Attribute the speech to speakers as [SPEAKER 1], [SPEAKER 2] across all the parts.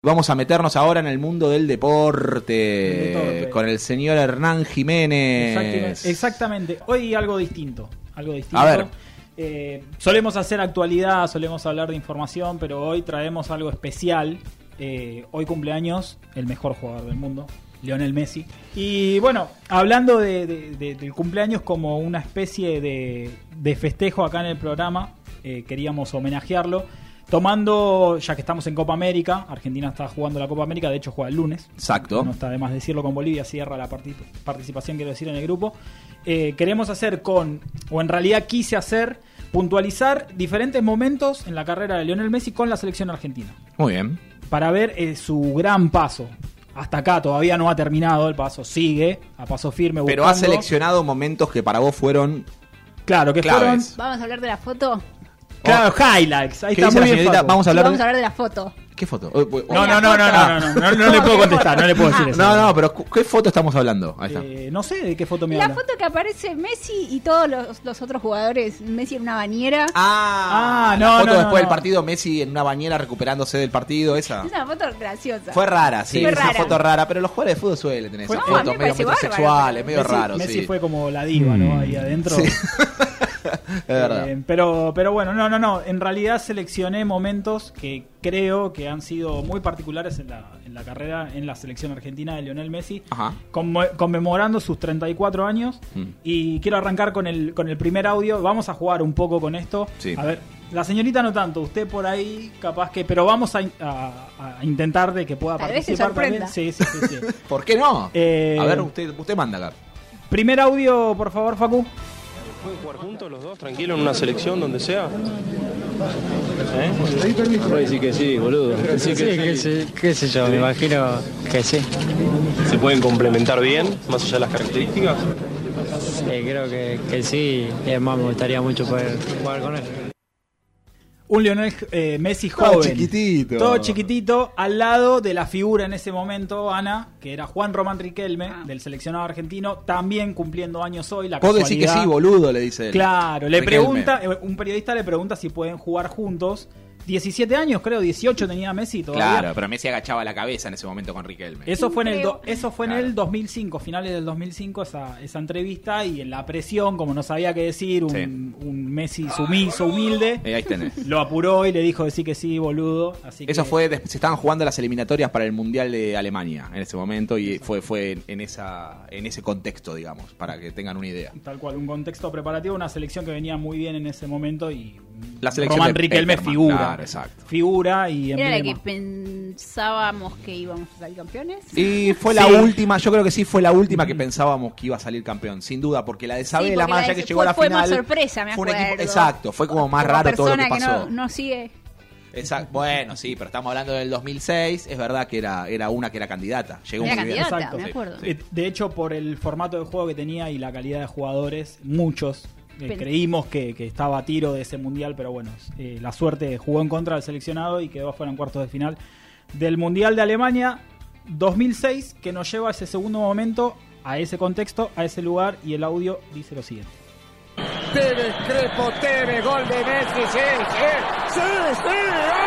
[SPEAKER 1] Vamos a meternos ahora en el mundo del deporte,
[SPEAKER 2] Deporte.
[SPEAKER 1] con el señor Hernán Jiménez.
[SPEAKER 2] Exactamente, exactamente. Hoy algo distinto. Algo distinto.
[SPEAKER 1] A ver.
[SPEAKER 2] Eh, solemos hacer actualidad, solemos hablar de información, pero hoy traemos algo especial. Eh, hoy cumpleaños el mejor jugador del mundo, Lionel Messi. Y bueno, hablando de- de- de- del cumpleaños como una especie de, de festejo acá en el programa, eh, queríamos homenajearlo. Tomando, ya que estamos en Copa América, Argentina está jugando la Copa América, de hecho juega el lunes.
[SPEAKER 1] Exacto.
[SPEAKER 2] No está de más decirlo con Bolivia, cierra la parti- participación, quiero decir, en el grupo. Eh, queremos hacer con, o en realidad quise hacer, puntualizar diferentes momentos en la carrera de Lionel Messi con la selección argentina.
[SPEAKER 1] Muy bien.
[SPEAKER 2] Para ver eh, su gran paso. Hasta acá todavía no ha terminado el paso, sigue a paso firme.
[SPEAKER 1] Pero
[SPEAKER 2] buscando.
[SPEAKER 1] has seleccionado momentos que para vos fueron.
[SPEAKER 2] Claro, que fueron.
[SPEAKER 1] claves. Oh.
[SPEAKER 3] Vamos a hablar de la foto.
[SPEAKER 2] Claro, highlights. Ahí
[SPEAKER 1] ¿Qué
[SPEAKER 2] está
[SPEAKER 1] dice la
[SPEAKER 2] muy bien,
[SPEAKER 1] señorita?
[SPEAKER 2] Facu.
[SPEAKER 1] Vamos a
[SPEAKER 3] Sí,
[SPEAKER 1] hablar.
[SPEAKER 3] vamos
[SPEAKER 1] de-
[SPEAKER 3] a hablar de la foto.
[SPEAKER 1] ¿Qué foto? Eh, eh,
[SPEAKER 2] No,
[SPEAKER 1] eh,
[SPEAKER 2] no, no, no, no, no, no, no le puedo contestar, no le puedo decir eso.
[SPEAKER 1] no, no, pero cu- ¿qué foto estamos hablando? Ahí está.
[SPEAKER 2] Eh, no sé de qué foto me
[SPEAKER 3] La
[SPEAKER 2] habla.
[SPEAKER 3] foto que aparece Messi y todos los, los otros jugadores. Messi en una bañera.
[SPEAKER 1] Ah,
[SPEAKER 2] ah,
[SPEAKER 1] la
[SPEAKER 2] no,
[SPEAKER 1] foto
[SPEAKER 2] no, no,
[SPEAKER 1] después del
[SPEAKER 2] no.
[SPEAKER 1] partido Messi en una bañera recuperándose del partido, esa.
[SPEAKER 3] Es una foto graciosa.
[SPEAKER 1] Fue rara, sí,
[SPEAKER 3] Sí, fue
[SPEAKER 1] es una
[SPEAKER 3] rara.
[SPEAKER 1] foto rara, pero los jugadores de fútbol suelen tener
[SPEAKER 2] Fue-
[SPEAKER 1] esas
[SPEAKER 2] No, a mí
[SPEAKER 3] me
[SPEAKER 1] fotos medio
[SPEAKER 3] parece bárbaro.
[SPEAKER 1] metrosexuales, medio
[SPEAKER 3] Messi-
[SPEAKER 1] raros.
[SPEAKER 2] Messi
[SPEAKER 1] sí. Mm.
[SPEAKER 2] fue como la diva, ¿no? Ahí adentro.
[SPEAKER 1] Sí. Es verdad.
[SPEAKER 2] Eh, pero, pero bueno, no, no, no. En realidad seleccioné momentos que creo que han sido muy particulares en la, en la carrera, en la selección argentina de Lionel Messi,
[SPEAKER 1] Ajá.
[SPEAKER 2] conmo- conmemorando sus 34 años.
[SPEAKER 1] Mm.
[SPEAKER 2] Y quiero arrancar con el, con el primer audio. Vamos a jugar un poco con esto.
[SPEAKER 1] Sí.
[SPEAKER 2] A ver, la señorita no tanto, usted por ahí capaz que... Pero vamos a, in- a- a intentar de que pueda
[SPEAKER 3] Tal vez se
[SPEAKER 2] participar
[SPEAKER 3] sorprenda.
[SPEAKER 2] también. Sí, sí, sí, sí.
[SPEAKER 1] ¿Por qué no?
[SPEAKER 2] Eh,
[SPEAKER 1] A ver, usted, usted manda acá.
[SPEAKER 2] primer audio, por favor, Facu.
[SPEAKER 4] ¿Pueden jugar juntos los dos, tranquilos, en una selección, donde sea? ¿Eh? Voy a decir que sí, boludo. Decir que sí.
[SPEAKER 5] qué sé yo, me imagino que sí.
[SPEAKER 4] ¿Se pueden complementar bien, más allá de las características?
[SPEAKER 5] Eh, creo que, sí. Y además me gustaría mucho poder jugar con él.
[SPEAKER 2] Un Lionel eh, Messi
[SPEAKER 1] Todo
[SPEAKER 2] joven.
[SPEAKER 1] chiquitito.
[SPEAKER 2] Todo chiquitito, al lado de la figura en ese momento, Ana, que era Juan Román Riquelme, del seleccionado argentino, también cumpliendo años hoy. La
[SPEAKER 1] Vos decís que
[SPEAKER 2] casualidad-
[SPEAKER 1] sí, boludo, le dice él.
[SPEAKER 2] Claro, le
[SPEAKER 1] Riquelme.
[SPEAKER 2] pregunta, eh, un periodista le pregunta si pueden jugar juntos. 17 años, creo, 18 tenía Messi todavía.
[SPEAKER 1] Claro, pero Messi agachaba la cabeza en ese momento con Riquelme.
[SPEAKER 2] Eso fue, en el do-
[SPEAKER 3] Creo.
[SPEAKER 2] eso fue en
[SPEAKER 1] Claro.
[SPEAKER 2] el 2005, finales del 2005, esa, esa entrevista y en la presión, como no sabía qué decir, un,
[SPEAKER 1] Sí.
[SPEAKER 2] un Messi sumiso, humilde,
[SPEAKER 1] Eh, ahí tenés.
[SPEAKER 2] lo apuró y le dijo decir que sí, boludo. Así
[SPEAKER 1] Eso
[SPEAKER 2] que-
[SPEAKER 1] fue, des- se estaban jugando las eliminatorias para el Mundial de Alemania en ese momento y fue, fue en- en, esa, en ese contexto, digamos, para que tengan una idea.
[SPEAKER 2] Tal cual, un contexto preparativo, una selección que venía muy bien en ese momento y
[SPEAKER 1] La selección
[SPEAKER 2] Román
[SPEAKER 1] de
[SPEAKER 2] Riquelme
[SPEAKER 1] Peckerman,
[SPEAKER 2] figura.
[SPEAKER 1] claro, exacto.
[SPEAKER 2] Figura y
[SPEAKER 3] Era la que
[SPEAKER 2] emblema.
[SPEAKER 3] pensábamos que íbamos a salir campeones.
[SPEAKER 1] Y fue la
[SPEAKER 2] Sí.
[SPEAKER 1] última, yo creo que sí fue la última que pensábamos que iba a salir campeón, sin duda, porque la de Sabela,
[SPEAKER 3] porque
[SPEAKER 1] más
[SPEAKER 3] la
[SPEAKER 1] allá
[SPEAKER 3] de-
[SPEAKER 1] que llegó a la
[SPEAKER 3] fue- fue
[SPEAKER 1] final.
[SPEAKER 3] más sorpresa, me
[SPEAKER 1] fue un equipo-
[SPEAKER 3] acuerdo.
[SPEAKER 1] exacto, fue como más
[SPEAKER 3] Como
[SPEAKER 1] raro todo lo que
[SPEAKER 3] persona
[SPEAKER 1] pasó.
[SPEAKER 3] no, no sigue.
[SPEAKER 1] Exacto. Bueno, sí, pero estamos hablando del 2006. Es verdad que era, era una que era candidata. Llegó
[SPEAKER 3] Era
[SPEAKER 1] muy bien.
[SPEAKER 3] candidata,
[SPEAKER 2] exacto.
[SPEAKER 3] me acuerdo.
[SPEAKER 1] Sí.
[SPEAKER 2] Eh, De hecho, por el formato de juego que tenía y la calidad de jugadores, muchos eh,
[SPEAKER 3] Pen-
[SPEAKER 2] creímos que, que estaba a tiro de ese mundial, pero bueno, eh, la suerte jugó en contra del seleccionado y quedó afuera en cuartos de final del Mundial de Alemania 2006, que nos lleva a ese segundo momento, a ese contexto, a ese lugar, y el audio dice lo siguiente.
[SPEAKER 6] Tevez, Crepo, Tevez, gol de Messi, sí, sí, sí, sí. ¡ah!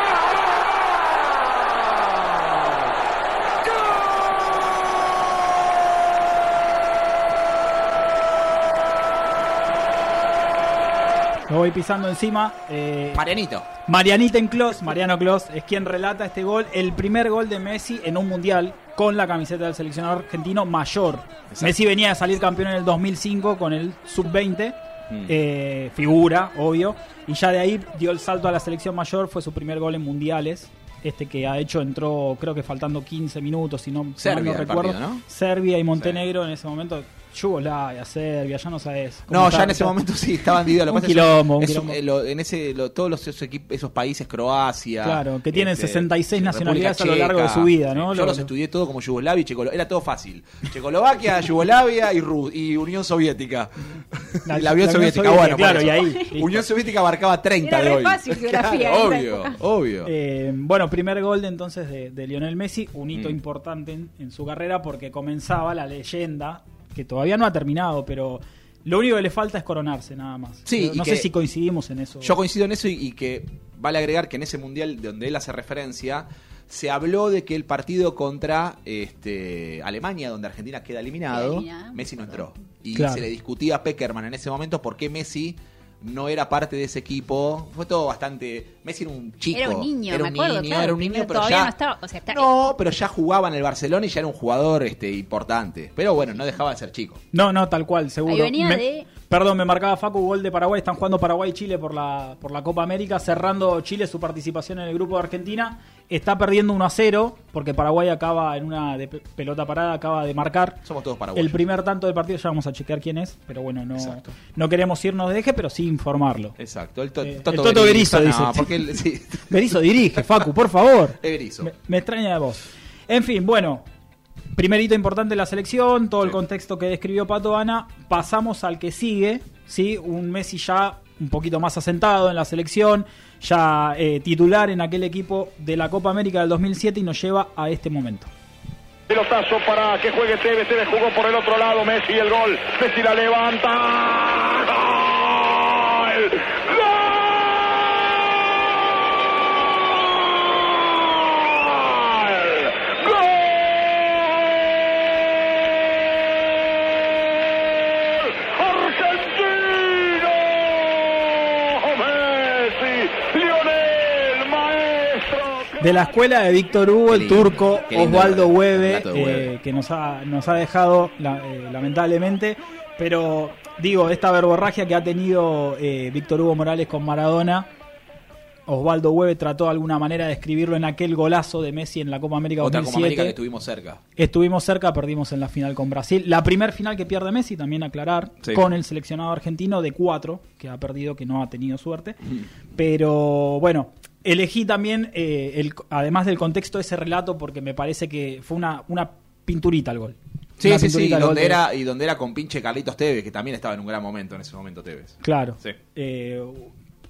[SPEAKER 2] Lo voy pisando encima. eh,
[SPEAKER 1] Marianito.
[SPEAKER 2] Marianita Enclos, Mariano Clos, es quien relata este gol, el primer gol de Messi en un mundial con la camiseta del seleccionado argentino mayor. Messi venía de salir campeón en el 2005 con el sub-20,
[SPEAKER 1] Mm.
[SPEAKER 2] eh, figura, obvio, y ya de ahí dio el salto a la selección mayor, fue su primer gol en mundiales. Este que ha hecho entró, creo que faltando 15 minutos, si no si mal
[SPEAKER 1] Serbia,
[SPEAKER 2] no
[SPEAKER 1] el
[SPEAKER 2] recuerdo.
[SPEAKER 1] partido, ¿no?
[SPEAKER 2] Serbia y Montenegro en ese momento, Yugoslavia, Serbia, ya no sabes. cómo
[SPEAKER 1] No, ya
[SPEAKER 2] está-
[SPEAKER 1] en ese momento sí, estaban divididos. Lo que
[SPEAKER 2] Un
[SPEAKER 1] pasa es-
[SPEAKER 2] quilombo, un
[SPEAKER 1] es-
[SPEAKER 2] quilombo.
[SPEAKER 1] eh, lo- en ese, lo- todos los, esos, equip- esos países, Croacia. este,
[SPEAKER 2] Claro, que tienen 66
[SPEAKER 1] República
[SPEAKER 2] nacionalidades a lo
[SPEAKER 1] Checa.
[SPEAKER 2] largo de su vida, ¿no?
[SPEAKER 1] Yo
[SPEAKER 2] Lo-
[SPEAKER 1] los estudié todo como Yugoslavia y Checoslovaquia. Era todo fácil. Checoslovaquia, Yugoslavia y, Ru- y Unión Soviética. Y La, Unión Soviética, bueno. por
[SPEAKER 2] claro,
[SPEAKER 1] eso.
[SPEAKER 2] y ahí. listo.
[SPEAKER 1] Unión Soviética abarcaba 30
[SPEAKER 3] Era
[SPEAKER 1] de
[SPEAKER 3] re
[SPEAKER 1] hoy.
[SPEAKER 3] fácil geografía
[SPEAKER 1] Claro,
[SPEAKER 3] en esa
[SPEAKER 1] obvio, obvio.
[SPEAKER 2] Eh, bueno, primer gol de, entonces de, de Lionel Messi, un hito
[SPEAKER 1] Mm.
[SPEAKER 2] importante en, en su carrera porque comenzaba la leyenda, que todavía no ha terminado, pero lo único que le falta es coronarse nada más.
[SPEAKER 1] Sí,
[SPEAKER 2] Pero
[SPEAKER 1] y
[SPEAKER 2] no
[SPEAKER 1] que-
[SPEAKER 2] sé si coincidimos en eso.
[SPEAKER 1] Yo coincido en eso y, y que vale agregar que en ese mundial donde él hace referencia se habló de que el partido contra este, Alemania, donde Argentina queda eliminado,
[SPEAKER 3] Queda eliminada.
[SPEAKER 1] Messi no entró. Y
[SPEAKER 2] Claro.
[SPEAKER 1] se le discutía a Peckerman en ese momento por qué Messi no era parte de ese equipo. Fue todo bastante. Messi era un chico.
[SPEAKER 7] Era un niño,
[SPEAKER 1] era
[SPEAKER 7] me
[SPEAKER 1] un
[SPEAKER 7] acuerdo.
[SPEAKER 1] niño,
[SPEAKER 7] claro,
[SPEAKER 1] era un niño,
[SPEAKER 7] primero
[SPEAKER 1] pero
[SPEAKER 7] todavía
[SPEAKER 1] ya-
[SPEAKER 7] no estaba. O sea, está-
[SPEAKER 1] no, pero ya jugaba en el Barcelona y ya era un jugador este, importante. Pero bueno, no dejaba de ser chico.
[SPEAKER 2] No, no, tal cual, seguro.
[SPEAKER 7] Ahí venía
[SPEAKER 2] Me-
[SPEAKER 7] de-
[SPEAKER 2] Perdón, me marcaba Facu, gol de Paraguay. Están jugando Paraguay y Chile por la, por la Copa América, cerrando Chile su participación en el grupo de Argentina. Está perdiendo 1 a 0, porque Paraguay acaba en una de pe- pelota parada, acaba de marcar.
[SPEAKER 1] Somos todos paraguayos.
[SPEAKER 2] El primer tanto del partido, ya vamos a chequear quién es, pero bueno, no,
[SPEAKER 1] Exacto.
[SPEAKER 2] no queremos irnos de eje, pero sí informarlo.
[SPEAKER 1] Exacto, el, to-
[SPEAKER 2] Eh, el
[SPEAKER 1] Toto
[SPEAKER 2] Toto Berizzo,
[SPEAKER 1] No,
[SPEAKER 2] dice.
[SPEAKER 1] porque él- sí,
[SPEAKER 2] Berizzo, dirige, Facu, por favor.
[SPEAKER 1] es Berizzo.
[SPEAKER 2] Me, me extraña de vos. En fin, bueno. Primerito importante la selección, todo el
[SPEAKER 1] Sí.
[SPEAKER 2] contexto que describió Pato Ana. Pasamos al que sigue, ¿sí? Un Messi ya un poquito más asentado en la selección, ya eh, titular en aquel equipo de la Copa América del 2007 y nos lleva a este momento.
[SPEAKER 8] Pelotazo para que juegue Tevez. Tevez jugó por el otro lado. Messi el gol. Messi la levanta. ¡Gol! ¡Gol! ¡Gol! ¡Argentino! ¡Messi! ¡Lionel! ¡Maestro!
[SPEAKER 2] De la escuela de Víctor Hugo,
[SPEAKER 1] Qué
[SPEAKER 2] el
[SPEAKER 1] lindo,
[SPEAKER 2] turco
[SPEAKER 1] qué lindo
[SPEAKER 2] Osvaldo
[SPEAKER 1] el
[SPEAKER 2] Hueve,
[SPEAKER 1] relato de Hueve.
[SPEAKER 2] eh, que nos ha, nos ha dejado la- eh, lamentablemente. Pero digo, esta verborragia que ha tenido eh, Víctor Hugo Morales con Maradona, Osvaldo Hueve trató de alguna manera de escribirlo en aquel golazo de Messi en la Copa América
[SPEAKER 1] Otra Copa América que
[SPEAKER 2] 2007.
[SPEAKER 1] estuvimos cerca.
[SPEAKER 2] Estuvimos cerca, perdimos en la final con Brasil. La primer final que pierde Messi, también aclarar,
[SPEAKER 1] Sí.
[SPEAKER 2] con el seleccionado argentino de cuatro, que ha perdido, que no ha tenido suerte. Pero bueno, elegí también, eh, el, además del contexto, ese relato porque me parece que fue una, una pinturita el gol.
[SPEAKER 1] Sí,
[SPEAKER 2] Una
[SPEAKER 1] sí, sí, y
[SPEAKER 2] pinturita al gol
[SPEAKER 1] donde,
[SPEAKER 2] de-
[SPEAKER 1] era, y donde era con pinche Carlitos Tevez, que también estaba en un gran momento en ese momento Tevez.
[SPEAKER 2] Claro.
[SPEAKER 1] Sí.
[SPEAKER 2] Eh,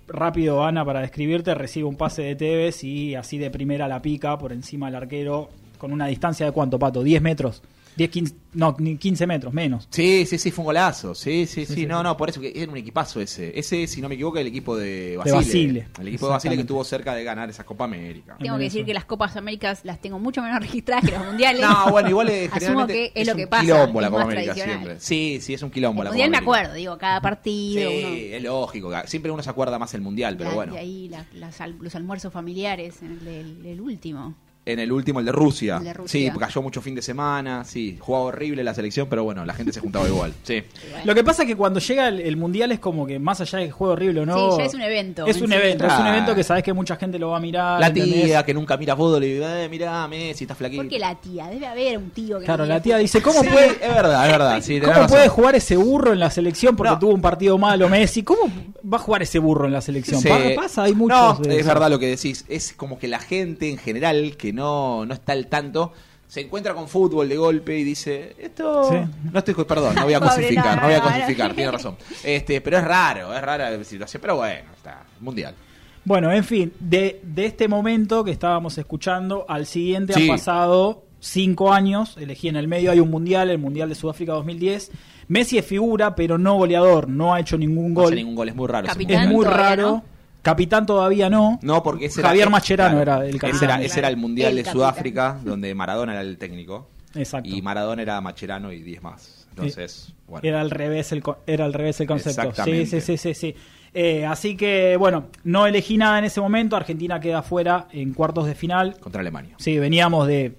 [SPEAKER 2] rápido, Ana, para describirte, recibe un pase de Tevez y así de primera la pica por encima del arquero con una distancia de cuánto, Pato? ¿10 metros? 10, 15, no, ni 15 metros, menos.
[SPEAKER 1] Sí, sí, sí, fue un golazo. Sí, sí, sí.
[SPEAKER 2] sí,
[SPEAKER 1] no,
[SPEAKER 2] sí.
[SPEAKER 1] no, por eso que era un equipazo ese. Ese, si no me equivoco, el equipo de Basile.
[SPEAKER 2] Basile,
[SPEAKER 1] El equipo de Basile que
[SPEAKER 2] exactamente.
[SPEAKER 1] estuvo cerca de ganar esa Copa América.
[SPEAKER 7] Tengo que decir
[SPEAKER 2] Venezuela.
[SPEAKER 7] que las Copas Américas las tengo mucho menos registradas que los mundiales.
[SPEAKER 1] No, bueno, igual eh,
[SPEAKER 7] Asumo
[SPEAKER 1] generalmente
[SPEAKER 7] que es lo
[SPEAKER 1] un
[SPEAKER 7] que pasa,
[SPEAKER 1] quilombo la
[SPEAKER 7] es
[SPEAKER 1] Copa
[SPEAKER 7] más
[SPEAKER 1] América
[SPEAKER 7] tradicional.
[SPEAKER 1] siempre. Sí, sí, es un quilombo
[SPEAKER 7] El
[SPEAKER 1] la Copa
[SPEAKER 7] mundial me
[SPEAKER 1] América.
[SPEAKER 7] acuerdo, digo, cada partido.
[SPEAKER 1] Sí, es lógico. Siempre uno se acuerda más el mundial,
[SPEAKER 7] uno-
[SPEAKER 1] pero
[SPEAKER 7] la-
[SPEAKER 1] bueno.
[SPEAKER 7] de ahí la- las al- los almuerzos familiares, el, del- del último.
[SPEAKER 1] En el último, el de Rusia.
[SPEAKER 7] El de Rusia.
[SPEAKER 1] Sí, cayó mucho fin de semana. Sí, jugaba horrible la selección, pero bueno, la gente se juntaba igual. Sí.
[SPEAKER 2] Lo que pasa es que cuando llega el, el mundial es como que más allá de que juego horrible o no.
[SPEAKER 7] Sí, ya es un evento.
[SPEAKER 2] Es un
[SPEAKER 7] en sí.
[SPEAKER 2] evento, es un
[SPEAKER 1] Ah.
[SPEAKER 2] evento que sabes que mucha gente lo va a mirar.
[SPEAKER 1] La
[SPEAKER 2] Ah, ¿entendés?
[SPEAKER 1] tía que nunca mira fútbol y dice, eh, mirá, Messi, estás flaquito.
[SPEAKER 7] ¿Por qué la tía? Debe haber un tío que.
[SPEAKER 2] Claro,
[SPEAKER 7] no
[SPEAKER 2] la tía
[SPEAKER 7] tiene fútbol.
[SPEAKER 2] dice, ¿cómo
[SPEAKER 1] Sí, eh,
[SPEAKER 2] puede,
[SPEAKER 1] Es verdad, es verdad. Sí, tenés
[SPEAKER 2] ¿Cómo
[SPEAKER 1] razón.
[SPEAKER 2] puede jugar ese burro en la selección porque
[SPEAKER 1] No.
[SPEAKER 2] tuvo un partido malo Messi? ¿Cómo va a jugar ese burro en la selección?
[SPEAKER 1] Sí.
[SPEAKER 2] Pa- Pasa, hay muchos.
[SPEAKER 1] No,
[SPEAKER 2] de
[SPEAKER 1] es
[SPEAKER 2] eso.
[SPEAKER 1] verdad lo que decís. Es como que la gente en general que no, no está al tanto se encuentra con fútbol de golpe y dice esto
[SPEAKER 2] Sí.
[SPEAKER 1] no estoy perdón no voy a
[SPEAKER 7] Pobre,
[SPEAKER 1] cosificar
[SPEAKER 7] no,
[SPEAKER 1] no voy a
[SPEAKER 7] no, no.
[SPEAKER 1] cosificar tiene razón este pero es raro es rara la situación pero bueno está mundial
[SPEAKER 2] Bueno, en fin, de, de este momento que estábamos escuchando al siguiente
[SPEAKER 1] Sí.
[SPEAKER 2] han pasado cinco años. Elegí en el medio, hay un mundial, el mundial de Sudáfrica 2010. Messi es figura, pero no goleador, no ha hecho ningún
[SPEAKER 1] no
[SPEAKER 2] gol.
[SPEAKER 1] hace ningún gol es muy raro ese
[SPEAKER 7] Capitán.
[SPEAKER 2] Es
[SPEAKER 1] mundial.
[SPEAKER 2] muy
[SPEAKER 7] Todavía
[SPEAKER 2] raro.
[SPEAKER 7] no.
[SPEAKER 2] Capitán todavía no.
[SPEAKER 1] no porque ese
[SPEAKER 2] Javier
[SPEAKER 1] era,
[SPEAKER 2] Mascherano era el
[SPEAKER 1] ese era,
[SPEAKER 2] capitán.
[SPEAKER 1] ese era el mundial
[SPEAKER 7] El
[SPEAKER 1] de
[SPEAKER 7] capitán.
[SPEAKER 1] Sudáfrica donde Maradona era el técnico
[SPEAKER 2] Exacto.
[SPEAKER 1] y Maradona era Mascherano y 10 más entonces bueno
[SPEAKER 2] Era al revés el co- era al revés el concepto. Sí,
[SPEAKER 1] Exactamente.
[SPEAKER 2] sí, sí, sí, sí. Eh, así que bueno, no elegí nada en ese momento. Argentina queda fuera en cuartos de final.
[SPEAKER 1] contra Alemania
[SPEAKER 2] Sí, veníamos de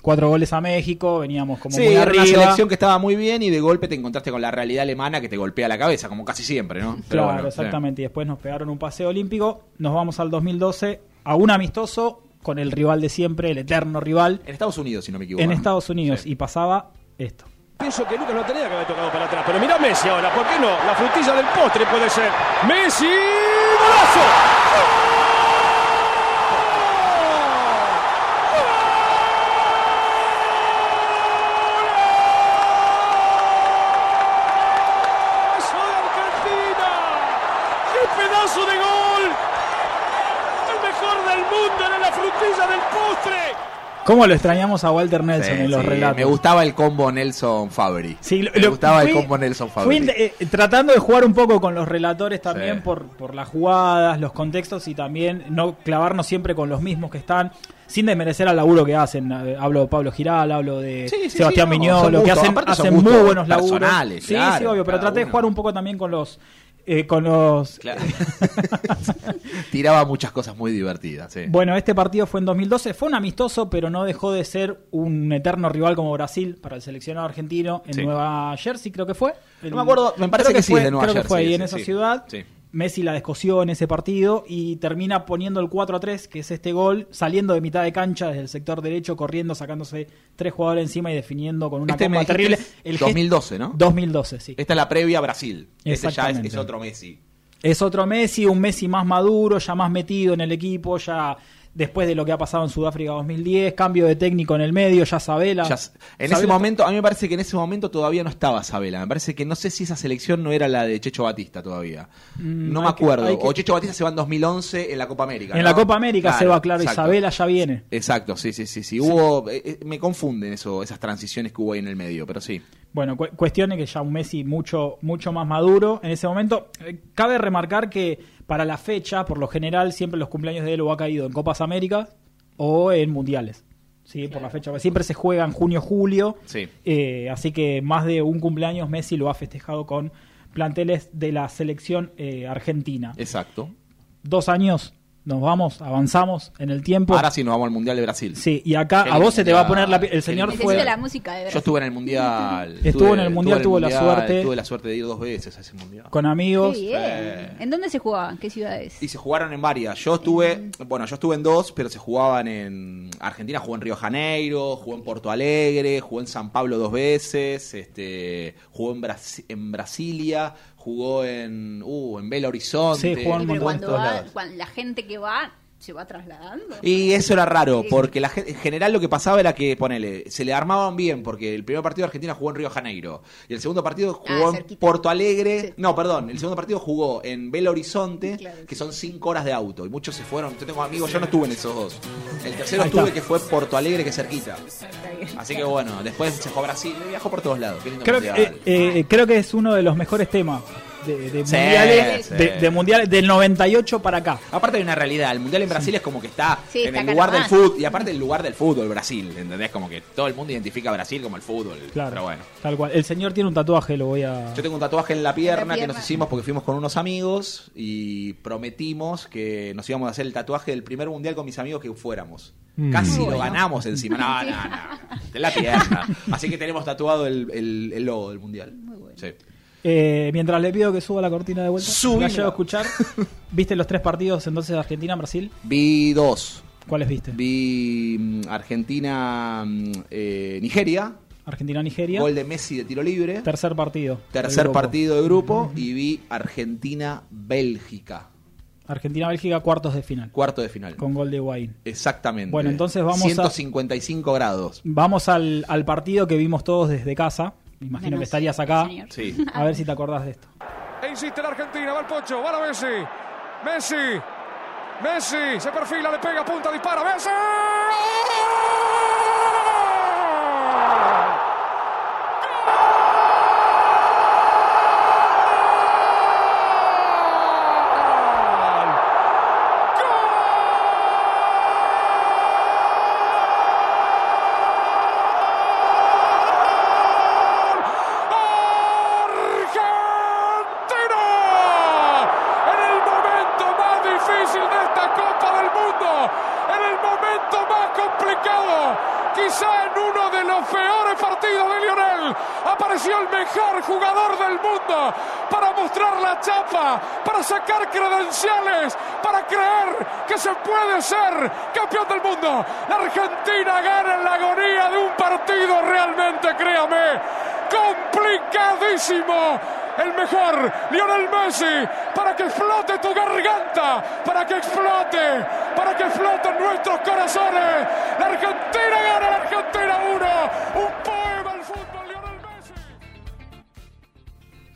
[SPEAKER 2] cuatro goles a México, veníamos como
[SPEAKER 1] Sí,
[SPEAKER 2] muy
[SPEAKER 1] era
[SPEAKER 2] arriba.
[SPEAKER 1] una selección que estaba muy bien y de golpe te encontraste con la realidad alemana que te golpea la cabeza, como casi siempre, ¿no? Pero
[SPEAKER 2] Claro,
[SPEAKER 1] bueno,
[SPEAKER 2] exactamente. Y después nos pegaron un paseo olímpico. Nos vamos al 2012 a un amistoso con el rival de siempre, el eterno rival,
[SPEAKER 1] sí. En Estados Unidos, si no me equivoco.
[SPEAKER 2] en
[SPEAKER 1] ¿no?
[SPEAKER 2] Estados Unidos.
[SPEAKER 1] Sí.
[SPEAKER 2] Y pasaba esto.
[SPEAKER 8] Pienso que Lucas no tenía que haber tocado para atrás, pero mirá Messi ahora, ¿por qué no? La frutilla del postre puede ser. ¡Messi! ¡Golazo! ¡Golazo de Argentina! ¡Qué pedazo de gol! ¡El mejor del mundo era la frutilla del postre!
[SPEAKER 2] ¿Cómo lo extrañamos a Walter Nelson
[SPEAKER 1] Sí,
[SPEAKER 2] en los
[SPEAKER 1] sí,
[SPEAKER 2] relatos?
[SPEAKER 1] Me gustaba el combo Nelson Fabri.
[SPEAKER 2] Sí, lo-
[SPEAKER 1] me
[SPEAKER 2] lo-
[SPEAKER 1] gustaba el
[SPEAKER 2] fui-
[SPEAKER 1] combo Nelson
[SPEAKER 2] fui,
[SPEAKER 1] Fabri.
[SPEAKER 2] eh, tratando de jugar un poco con los relatores también
[SPEAKER 1] Sí.
[SPEAKER 2] por, por las jugadas, los contextos y también no clavarnos siempre con los mismos que están, sin desmerecer al laburo que hacen. Eh, Hablo de Pablo Giral, hablo de
[SPEAKER 1] Sí, sí, sí,
[SPEAKER 2] Sebastián
[SPEAKER 1] no,
[SPEAKER 2] Miñolo,
[SPEAKER 1] son
[SPEAKER 2] que
[SPEAKER 1] gustos,
[SPEAKER 2] hacen,
[SPEAKER 1] aparte son
[SPEAKER 2] hacen
[SPEAKER 1] gustos
[SPEAKER 2] muy buenos laburos.
[SPEAKER 1] personales,
[SPEAKER 2] sí, sí,
[SPEAKER 1] claro,
[SPEAKER 2] obvio, pero
[SPEAKER 1] cada
[SPEAKER 2] traté de
[SPEAKER 1] uno.
[SPEAKER 2] jugar un poco también con los... eh, con los
[SPEAKER 1] Claro. Tiraba muchas cosas muy divertidas. sí.
[SPEAKER 2] Bueno, este partido fue en 2012, fue un amistoso, pero no dejó de ser un eterno rival como Brasil para el seleccionado argentino en
[SPEAKER 1] Sí.
[SPEAKER 2] Nueva Jersey, creo que fue. El-
[SPEAKER 1] me acuerdo, me parece
[SPEAKER 2] creo
[SPEAKER 1] que sí,
[SPEAKER 2] fue-
[SPEAKER 1] es de Nueva
[SPEAKER 2] creo que
[SPEAKER 1] Jersey,
[SPEAKER 2] fue ahí
[SPEAKER 1] sí,
[SPEAKER 2] en esa
[SPEAKER 1] sí.
[SPEAKER 2] ciudad.
[SPEAKER 1] Sí.
[SPEAKER 2] Messi la descoció en ese partido y termina poniendo el 4 a 3, que es este gol, saliendo de mitad de cancha desde el sector derecho, corriendo, sacándose tres jugadores encima y definiendo con una
[SPEAKER 1] Este me
[SPEAKER 2] comba
[SPEAKER 1] dijiste
[SPEAKER 2] terrible.
[SPEAKER 1] es
[SPEAKER 2] El gest-
[SPEAKER 1] 2012, ¿no?
[SPEAKER 2] 2012, sí.
[SPEAKER 1] Esta es la previa a Brasil. Ese ya es,
[SPEAKER 2] Exactamente.
[SPEAKER 1] es otro Messi.
[SPEAKER 2] Es otro Messi, un Messi más maduro, ya más metido en el equipo, ya después de lo que ha pasado en Sudáfrica 2010, cambio de técnico en el medio, ya Sabela.
[SPEAKER 1] Ya s- en ese
[SPEAKER 2] Sabela-
[SPEAKER 1] momento, a mí me parece que en ese momento todavía no estaba Sabela. Me parece que no sé si esa selección no era la de Checho Batista todavía. no me
[SPEAKER 2] Mm, hay que-
[SPEAKER 1] acuerdo.
[SPEAKER 2] hay que-
[SPEAKER 1] O Checho Batista se va en 2011 en la Copa América.
[SPEAKER 2] En
[SPEAKER 1] ¿no?
[SPEAKER 2] la Copa América se va, claro,
[SPEAKER 1] exacto.
[SPEAKER 2] Isabela ya viene.
[SPEAKER 1] Exacto, sí, sí, sí. sí. Hubo, eh, eh, me confunden eso, esas transiciones que hubo ahí en el medio, pero sí.
[SPEAKER 2] Bueno, cu- cuestiones que ya un Messi mucho, mucho más maduro en ese momento. Eh, Cabe remarcar que para la fecha, por lo general, siempre los cumpleaños de él o ha caído en Copas Américas o en Mundiales. Sí, por la fecha. Siempre se juega en junio-julio.
[SPEAKER 1] Sí.
[SPEAKER 2] Eh, así que más de un cumpleaños Messi lo ha festejado con planteles de la selección eh, argentina.
[SPEAKER 1] Exacto.
[SPEAKER 2] Dos años, nos vamos, avanzamos en el tiempo.
[SPEAKER 1] Ahora sí nos vamos al Mundial de Brasil.
[SPEAKER 2] Sí, y acá
[SPEAKER 1] Qué
[SPEAKER 2] a vos se te va a
[SPEAKER 1] lindo.
[SPEAKER 2] poner la... pi-
[SPEAKER 1] Qué
[SPEAKER 2] El señor
[SPEAKER 1] lindo.
[SPEAKER 3] Necesito
[SPEAKER 2] fue...
[SPEAKER 3] la música de
[SPEAKER 1] Yo
[SPEAKER 3] verdad.
[SPEAKER 1] estuve en el Mundial.
[SPEAKER 2] Estuvo en el Mundial, tuvo la suerte.
[SPEAKER 1] Tuve la suerte de ir dos veces a ese Mundial.
[SPEAKER 2] Con amigos.
[SPEAKER 3] Qué bien. ¿En dónde se jugaba? ¿Qué ciudades?
[SPEAKER 1] Y se jugaron en varias. Yo estuve, bueno, yo estuve en dos, pero se jugaban en Argentina, jugó en Río Janeiro, jugó en Porto Alegre, jugó en San Pablo dos veces, este, jugó en, Bras- en Brasilia, jugó en, uh, en Belo Horizonte.
[SPEAKER 2] Sí, jugó
[SPEAKER 3] Sí,
[SPEAKER 2] en un
[SPEAKER 3] pero
[SPEAKER 2] montón en
[SPEAKER 3] cuando,
[SPEAKER 2] todos
[SPEAKER 3] va-
[SPEAKER 2] lados.
[SPEAKER 3] cuando la gente que va se va trasladando.
[SPEAKER 1] Y eso era raro,
[SPEAKER 3] Sí.
[SPEAKER 1] porque la gen- en general lo que pasaba era que, ponele, se le armaban bien, porque el primer partido de Argentina jugó en Río Janeiro, y el segundo partido jugó en
[SPEAKER 3] Ah, cerquita.
[SPEAKER 1] Porto Alegre,
[SPEAKER 3] Sí.
[SPEAKER 1] no, perdón, el segundo partido jugó en Belo Horizonte,
[SPEAKER 3] Claro, sí.
[SPEAKER 1] que son cinco horas de auto, y muchos se fueron, yo tengo amigos, yo no estuve en esos dos. El tercero
[SPEAKER 2] Ahí está.
[SPEAKER 1] estuve que fue Porto Alegre, que es cerquita.
[SPEAKER 3] Está bien.
[SPEAKER 1] Así que bueno, después se fue a Brasil, y viajó por todos lados. Qué lindo
[SPEAKER 2] Creo,
[SPEAKER 1] mundial.
[SPEAKER 2] que, eh, eh, creo que es uno de los mejores temas de, de
[SPEAKER 1] Sí,
[SPEAKER 2] mundiales,
[SPEAKER 1] sí.
[SPEAKER 2] De, de mundiales del 98 para acá.
[SPEAKER 1] Aparte hay una realidad, el Mundial en Brasil es como que está
[SPEAKER 3] Sí,
[SPEAKER 1] en
[SPEAKER 3] está
[SPEAKER 1] el
[SPEAKER 3] acá
[SPEAKER 1] lugar del
[SPEAKER 3] nomás.
[SPEAKER 1] fútbol, y aparte el lugar del fútbol, Brasil, ¿entendés? Como que todo el mundo identifica a Brasil como el fútbol,
[SPEAKER 2] Claro.
[SPEAKER 1] pero bueno.
[SPEAKER 2] Tal cual. El señor tiene un tatuaje, lo voy a.
[SPEAKER 1] Yo tengo un tatuaje en la pierna,
[SPEAKER 3] En la
[SPEAKER 1] que
[SPEAKER 3] pierna.
[SPEAKER 1] nos hicimos porque fuimos con unos amigos y prometimos que nos íbamos a hacer el tatuaje del primer mundial con mis amigos que fuéramos. Casi lo ganamos encima. No, no, no. De la pierna. Así que tenemos tatuado el, el- el logo del mundial. Muy bueno.
[SPEAKER 2] Eh, mientras le pido que suba la cortina de vuelta,
[SPEAKER 1] Subila.
[SPEAKER 2] la llevo a escuchar. ¿Viste los tres partidos entonces de Argentina, Brasil?
[SPEAKER 1] Vi dos.
[SPEAKER 2] ¿Cuáles viste?
[SPEAKER 1] Vi mm, Argentina, mm, eh, Nigeria.
[SPEAKER 2] Argentina, Nigeria.
[SPEAKER 1] Gol de Messi de tiro libre.
[SPEAKER 2] Tercer partido. del
[SPEAKER 1] Tercer
[SPEAKER 2] grupo.
[SPEAKER 1] partido de grupo. Y vi Argentina, Bélgica.
[SPEAKER 2] Argentina, Bélgica, cuartos de final.
[SPEAKER 1] Cuarto de final.
[SPEAKER 2] Con gol de Wayne.
[SPEAKER 1] Exactamente.
[SPEAKER 2] Bueno, entonces vamos a-
[SPEAKER 1] 155 grados.
[SPEAKER 2] Vamos al, al partido que vimos todos desde casa. Me imagino
[SPEAKER 7] Menos
[SPEAKER 2] que estarías acá.
[SPEAKER 7] señor.
[SPEAKER 1] Sí.
[SPEAKER 2] A ver si te acordás de esto.
[SPEAKER 8] E insiste la Argentina, va el Pocho, va la Messi. Messi. Messi se perfila, le pega, punta, dispara. Messi. ¡Argentina! En el momento más difícil de esta Copa del Mundo, en el momento más complicado, quizá en uno de los peores partidos de Lionel, apareció el mejor jugador del mundo para mostrar la chapa, para sacar credenciales, para creer que se puede ser campeón del mundo. La Argentina gana en la agonía de un partido realmente, créame complicadísimo. El mejor, Lionel Messi, para que flote tu garganta, para que explote, para que floten nuestros corazones. La Argentina gana, la Argentina 1. Un poema al fútbol, Lionel Messi.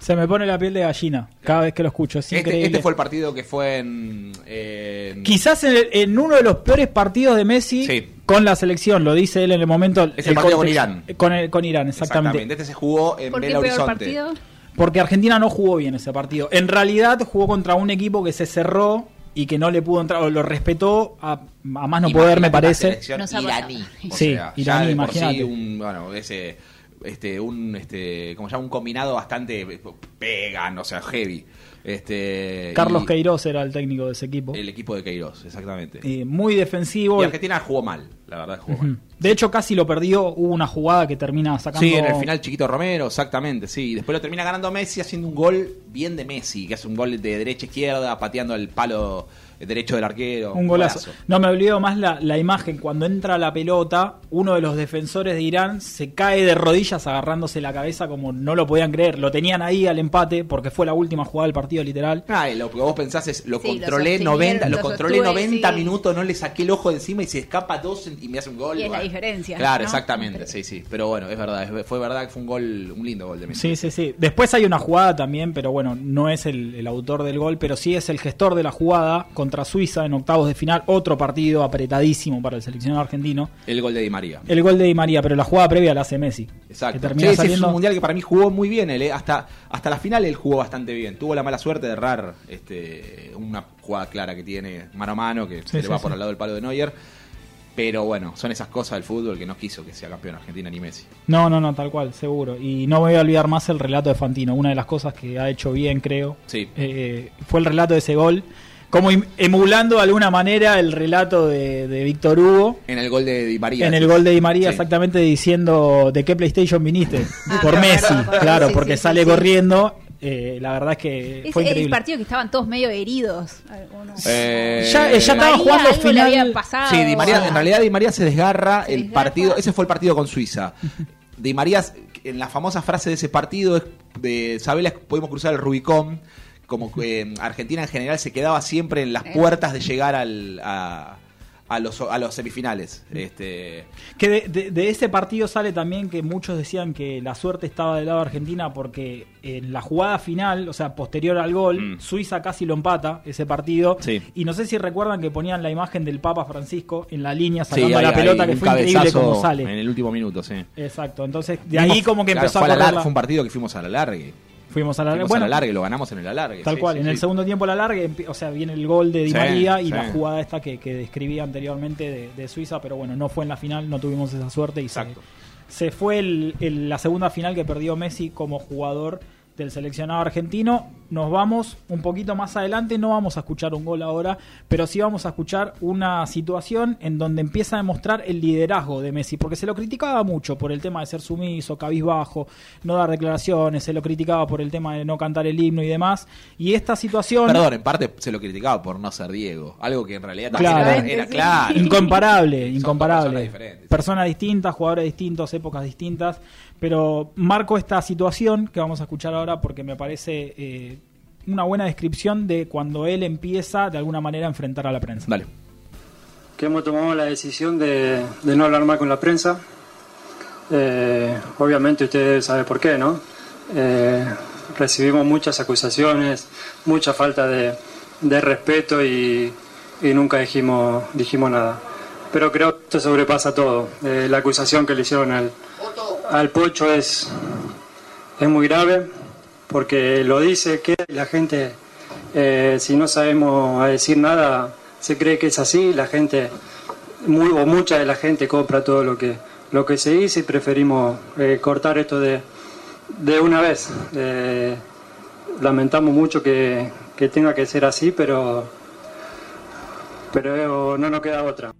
[SPEAKER 2] Se me pone la piel de gallina cada vez que lo escucho. Es
[SPEAKER 1] Este,
[SPEAKER 2] increíble.
[SPEAKER 1] este fue el partido que fue en. en-
[SPEAKER 2] Quizás en, el- en uno de los peores partidos de Messi
[SPEAKER 1] Sí.
[SPEAKER 2] con la selección, lo dice él en el momento.
[SPEAKER 1] Es el partido con
[SPEAKER 2] contexto-
[SPEAKER 1] Irán.
[SPEAKER 2] Con, el- con Irán, exactamente.
[SPEAKER 1] Exactamente. Este se jugó en
[SPEAKER 7] ¿Por qué
[SPEAKER 1] Belo
[SPEAKER 7] peor
[SPEAKER 1] Horizonte.
[SPEAKER 7] partido?
[SPEAKER 2] Porque Argentina no jugó bien ese partido. En realidad jugó contra un equipo que se cerró y que no le pudo entrar, o lo respetó a, a más no poder,
[SPEAKER 1] Imagínate
[SPEAKER 2] me
[SPEAKER 1] la
[SPEAKER 2] parece.
[SPEAKER 1] selección
[SPEAKER 7] No sabe
[SPEAKER 1] iraní.
[SPEAKER 7] nada.
[SPEAKER 2] Sí,
[SPEAKER 1] ya
[SPEAKER 2] iraní,
[SPEAKER 1] de por sí
[SPEAKER 2] imagínate.
[SPEAKER 1] un, bueno, ese, este, un, este, como llama, un combinado bastante pegan, o sea, heavy. Este,
[SPEAKER 2] Carlos
[SPEAKER 1] y-
[SPEAKER 2] Queiroz era el técnico de ese equipo.
[SPEAKER 1] El equipo de Queiroz, exactamente.
[SPEAKER 2] Eh, muy defensivo.
[SPEAKER 1] Y Argentina jugó mal, la verdad jugó
[SPEAKER 2] Ujú.
[SPEAKER 1] mal.
[SPEAKER 2] De hecho, casi lo perdió. Hubo una jugada que termina sacando.
[SPEAKER 1] Sí, en el final Chiquito Romero, exactamente, sí. Y después lo termina ganando Messi haciendo un gol bien de Messi, que hace un gol de derecha a izquierda, pateando el palo derecho del arquero.
[SPEAKER 2] Un golazo. No me olvido más la, la imagen. Cuando entra la pelota, uno de los defensores de Irán se cae de rodillas agarrándose la cabeza como no lo podían creer. Lo tenían ahí al empate porque fue la última jugada del partido, literal.
[SPEAKER 1] Ah, y lo que vos pensás es, lo
[SPEAKER 7] Sí, lo
[SPEAKER 1] controlé
[SPEAKER 7] sostuvieron,
[SPEAKER 1] 90, lo
[SPEAKER 7] lo
[SPEAKER 1] controlé
[SPEAKER 7] sostuve,
[SPEAKER 1] 90
[SPEAKER 7] sí.
[SPEAKER 1] minutos, no le saqué el ojo de encima y se escapa dos y me hace un gol.
[SPEAKER 7] Y es la
[SPEAKER 1] bueno.
[SPEAKER 7] diferencia,
[SPEAKER 1] Claro,
[SPEAKER 7] ¿no?
[SPEAKER 1] exactamente, sí, sí. Pero bueno, es verdad, es- fue verdad que fue un gol, un lindo gol de Messi.
[SPEAKER 2] Sí, sí, sí. Después hay una jugada también, pero bueno, no es el, el autor del gol, pero sí es el gestor de la jugada contra Suiza en octavos de final. Otro partido apretadísimo para el seleccionado argentino.
[SPEAKER 1] El gol de Di María.
[SPEAKER 2] El gol de Di María, pero la jugada previa la hace Messi.
[SPEAKER 1] Exacto.
[SPEAKER 2] Que termina
[SPEAKER 1] Sí, ese es
[SPEAKER 2] saliendo-
[SPEAKER 1] un mundial que para mí jugó muy bien él, eh. hasta, hasta la final él jugó bastante bien. Tuvo la mala suerte de errar este, una jugada clara que tiene mano a mano, que se le
[SPEAKER 2] sí,
[SPEAKER 1] va
[SPEAKER 2] sí.
[SPEAKER 1] por al lado del palo de Neuer. Pero bueno, son esas cosas del fútbol que no quiso que sea campeón Argentina ni Messi.
[SPEAKER 2] No, no, no, tal cual, seguro. Y no me voy a olvidar más el relato de Fantino. Una de las cosas que ha hecho bien, creo,
[SPEAKER 1] Sí.
[SPEAKER 2] eh, fue el relato de ese gol. Como im- emulando de alguna manera el relato de, de Víctor Hugo
[SPEAKER 1] En el gol de Di María.
[SPEAKER 2] en el gol de Di María,
[SPEAKER 1] Sí.
[SPEAKER 2] exactamente diciendo de qué PlayStation viniste.
[SPEAKER 7] Ah,
[SPEAKER 2] por
[SPEAKER 7] claro,
[SPEAKER 2] Messi,
[SPEAKER 7] claro,
[SPEAKER 2] claro,
[SPEAKER 7] sí,
[SPEAKER 2] porque
[SPEAKER 7] sí,
[SPEAKER 2] sale
[SPEAKER 7] sí, sí.
[SPEAKER 2] corriendo. Eh, la verdad es que
[SPEAKER 7] Es
[SPEAKER 2] fue
[SPEAKER 7] es el
[SPEAKER 2] increíble.
[SPEAKER 7] partido que estaban todos medio heridos. algunos.
[SPEAKER 1] Eh,
[SPEAKER 2] Ya- ya estaba
[SPEAKER 7] María,
[SPEAKER 2] jugando
[SPEAKER 7] algo le
[SPEAKER 2] final-
[SPEAKER 7] había pasado.
[SPEAKER 1] Sí, Di María, en realidad Di María se desgarra
[SPEAKER 7] Ah. Se
[SPEAKER 1] el
[SPEAKER 7] desgarra.
[SPEAKER 1] partido, ese fue el partido con Suiza. Di María, en la famosa frase de ese partido es de Sabela, podemos cruzar el Rubicón, como que eh, Argentina en general se quedaba siempre en las
[SPEAKER 7] Eh.
[SPEAKER 1] puertas de llegar al, a, a los, a los semifinales. Este,
[SPEAKER 2] Que de, de- de ese partido sale también que muchos decían que la suerte estaba del lado de Argentina porque en la jugada final, o sea, posterior al gol,
[SPEAKER 1] Mm.
[SPEAKER 2] Suiza casi lo empata ese partido.
[SPEAKER 1] Sí.
[SPEAKER 2] Y no sé si recuerdan que ponían la imagen del Papa Francisco en la línea
[SPEAKER 1] sí,
[SPEAKER 2] sacando
[SPEAKER 1] hay-
[SPEAKER 2] la
[SPEAKER 1] hay
[SPEAKER 2] pelota, que
[SPEAKER 1] un
[SPEAKER 2] fue increíble
[SPEAKER 1] cabezazo
[SPEAKER 2] como sale.
[SPEAKER 1] En el último minuto, sí.
[SPEAKER 2] Exacto, entonces de ahí como que
[SPEAKER 1] Claro,
[SPEAKER 2] empezó
[SPEAKER 1] fue,
[SPEAKER 2] a
[SPEAKER 1] al alar-
[SPEAKER 2] correr la-
[SPEAKER 1] fue un partido que fuimos al alargue.
[SPEAKER 2] Fuimos a la
[SPEAKER 1] Fuimos
[SPEAKER 2] bueno,
[SPEAKER 1] al alargue, lo ganamos en el alargue.
[SPEAKER 2] Tal
[SPEAKER 1] sí,
[SPEAKER 2] cual,
[SPEAKER 1] sí,
[SPEAKER 2] en el
[SPEAKER 1] sí.
[SPEAKER 2] segundo tiempo la larga, empi- o sea, viene el gol de Di
[SPEAKER 1] Sí,
[SPEAKER 2] María y
[SPEAKER 1] sí.
[SPEAKER 2] la jugada esta que, que describí anteriormente de, de Suiza, pero bueno, no fue en la final, no tuvimos esa suerte y se-
[SPEAKER 1] Exacto.
[SPEAKER 2] se, fue el- el- la segunda final que perdió Messi como jugador del seleccionado argentino. Nos vamos un poquito más adelante, no vamos a escuchar un gol ahora, pero sí vamos a escuchar una situación en donde empieza a demostrar el liderazgo de Messi, porque se lo criticaba mucho por el tema de ser sumiso, cabizbajo, no dar declaraciones, se lo criticaba por el tema de no cantar el himno y demás. Y esta situación...
[SPEAKER 1] Perdón, en parte se lo criticaba por no ser Diego. Algo que en realidad también
[SPEAKER 2] Claro.
[SPEAKER 1] era, era claro.
[SPEAKER 2] Incomparable,
[SPEAKER 1] dos
[SPEAKER 2] incomparable.
[SPEAKER 1] personas
[SPEAKER 2] Personas
[SPEAKER 1] diferentes.
[SPEAKER 2] distintas, jugadores distintos, épocas distintas. Pero marco esta situación que vamos a escuchar ahora porque me parece eh, una buena descripción de cuando él empieza de alguna manera a enfrentar a la prensa.
[SPEAKER 1] Dale.
[SPEAKER 9] que hemos tomado la decisión de, de no hablar más con la prensa. Eh, obviamente ustedes saben por qué, ¿no? Eh, recibimos muchas acusaciones, mucha falta de, de respeto y, y nunca dijimos, dijimos nada. Pero creo que esto sobrepasa todo. Eh, la acusación que le hicieron al, al Pocho es, es muy grave porque lo dice que la gente, eh, si no sabemos a decir nada, se cree que es así, la gente, muy, o mucha de la gente compra todo lo que, lo que se dice y preferimos eh, cortar esto de, de una vez. Eh, lamentamos mucho que, que tenga que ser así, pero, pero no nos queda otra.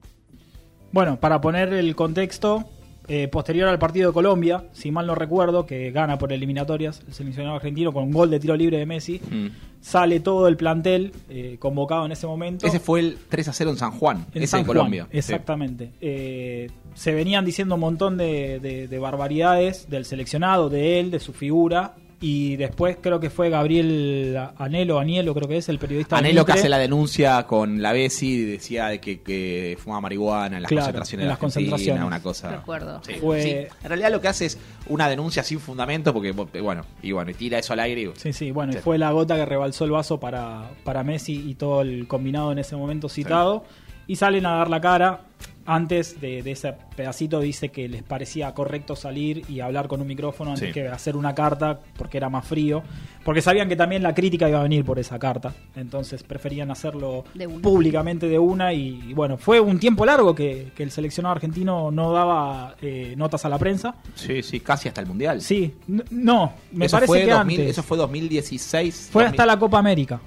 [SPEAKER 2] Bueno, para poner el contexto, eh, posterior al partido de Colombia, si mal no recuerdo, que gana por eliminatorias el seleccionado argentino con un gol de tiro libre de Messi,
[SPEAKER 1] Mm.
[SPEAKER 2] sale todo el plantel eh, convocado en ese momento.
[SPEAKER 1] Ese fue el 3 a 0 en San Juan,
[SPEAKER 2] En
[SPEAKER 1] ese
[SPEAKER 2] San
[SPEAKER 1] de
[SPEAKER 2] Juan,
[SPEAKER 1] Colombia.
[SPEAKER 2] Exactamente. Eh, se venían diciendo un montón de, de- de barbaridades del seleccionado, de él, de su figura. Y después creo que fue Gabriel Anelo, Anielo, creo que es el
[SPEAKER 1] Sí.
[SPEAKER 2] periodista. de
[SPEAKER 1] Anhelo que
[SPEAKER 2] Mitre.
[SPEAKER 1] hace la denuncia con la Bessi decía de que, que fumaba marihuana en las
[SPEAKER 2] Claro,
[SPEAKER 1] concentraciones.
[SPEAKER 2] en
[SPEAKER 1] de
[SPEAKER 2] las
[SPEAKER 1] Argentina,
[SPEAKER 2] concentraciones.
[SPEAKER 1] Una cosa.
[SPEAKER 7] Recuerdo.
[SPEAKER 1] Sí,
[SPEAKER 2] Fue-
[SPEAKER 1] sí. En realidad lo que hace es una denuncia sin fundamento porque, eh, bueno, y bueno, y tira eso al aire. y-
[SPEAKER 2] Sí, sí, bueno, y
[SPEAKER 1] Sí.
[SPEAKER 2] fue la gota que rebalsó el vaso para, para Messi y todo el combinado en ese momento citado. Y salen a dar la cara. antes de, de ese pedacito dice que les parecía correcto salir y hablar con un micrófono antes
[SPEAKER 1] Sí.
[SPEAKER 2] que hacer una carta porque era más frío, porque sabían que también la crítica iba a venir por esa carta, entonces preferían hacerlo
[SPEAKER 7] De una.
[SPEAKER 2] públicamente de una y, y bueno, fue un tiempo largo que, que el seleccionado argentino no daba eh, notas a la prensa.
[SPEAKER 1] Sí, sí, casi hasta el Mundial.
[SPEAKER 2] Sí, n- no, me
[SPEAKER 1] eso
[SPEAKER 2] parece
[SPEAKER 1] fue
[SPEAKER 2] que
[SPEAKER 1] 2000,
[SPEAKER 2] antes.
[SPEAKER 1] Eso fue 2016.
[SPEAKER 2] Fue
[SPEAKER 1] 2000,
[SPEAKER 2] hasta la Copa América.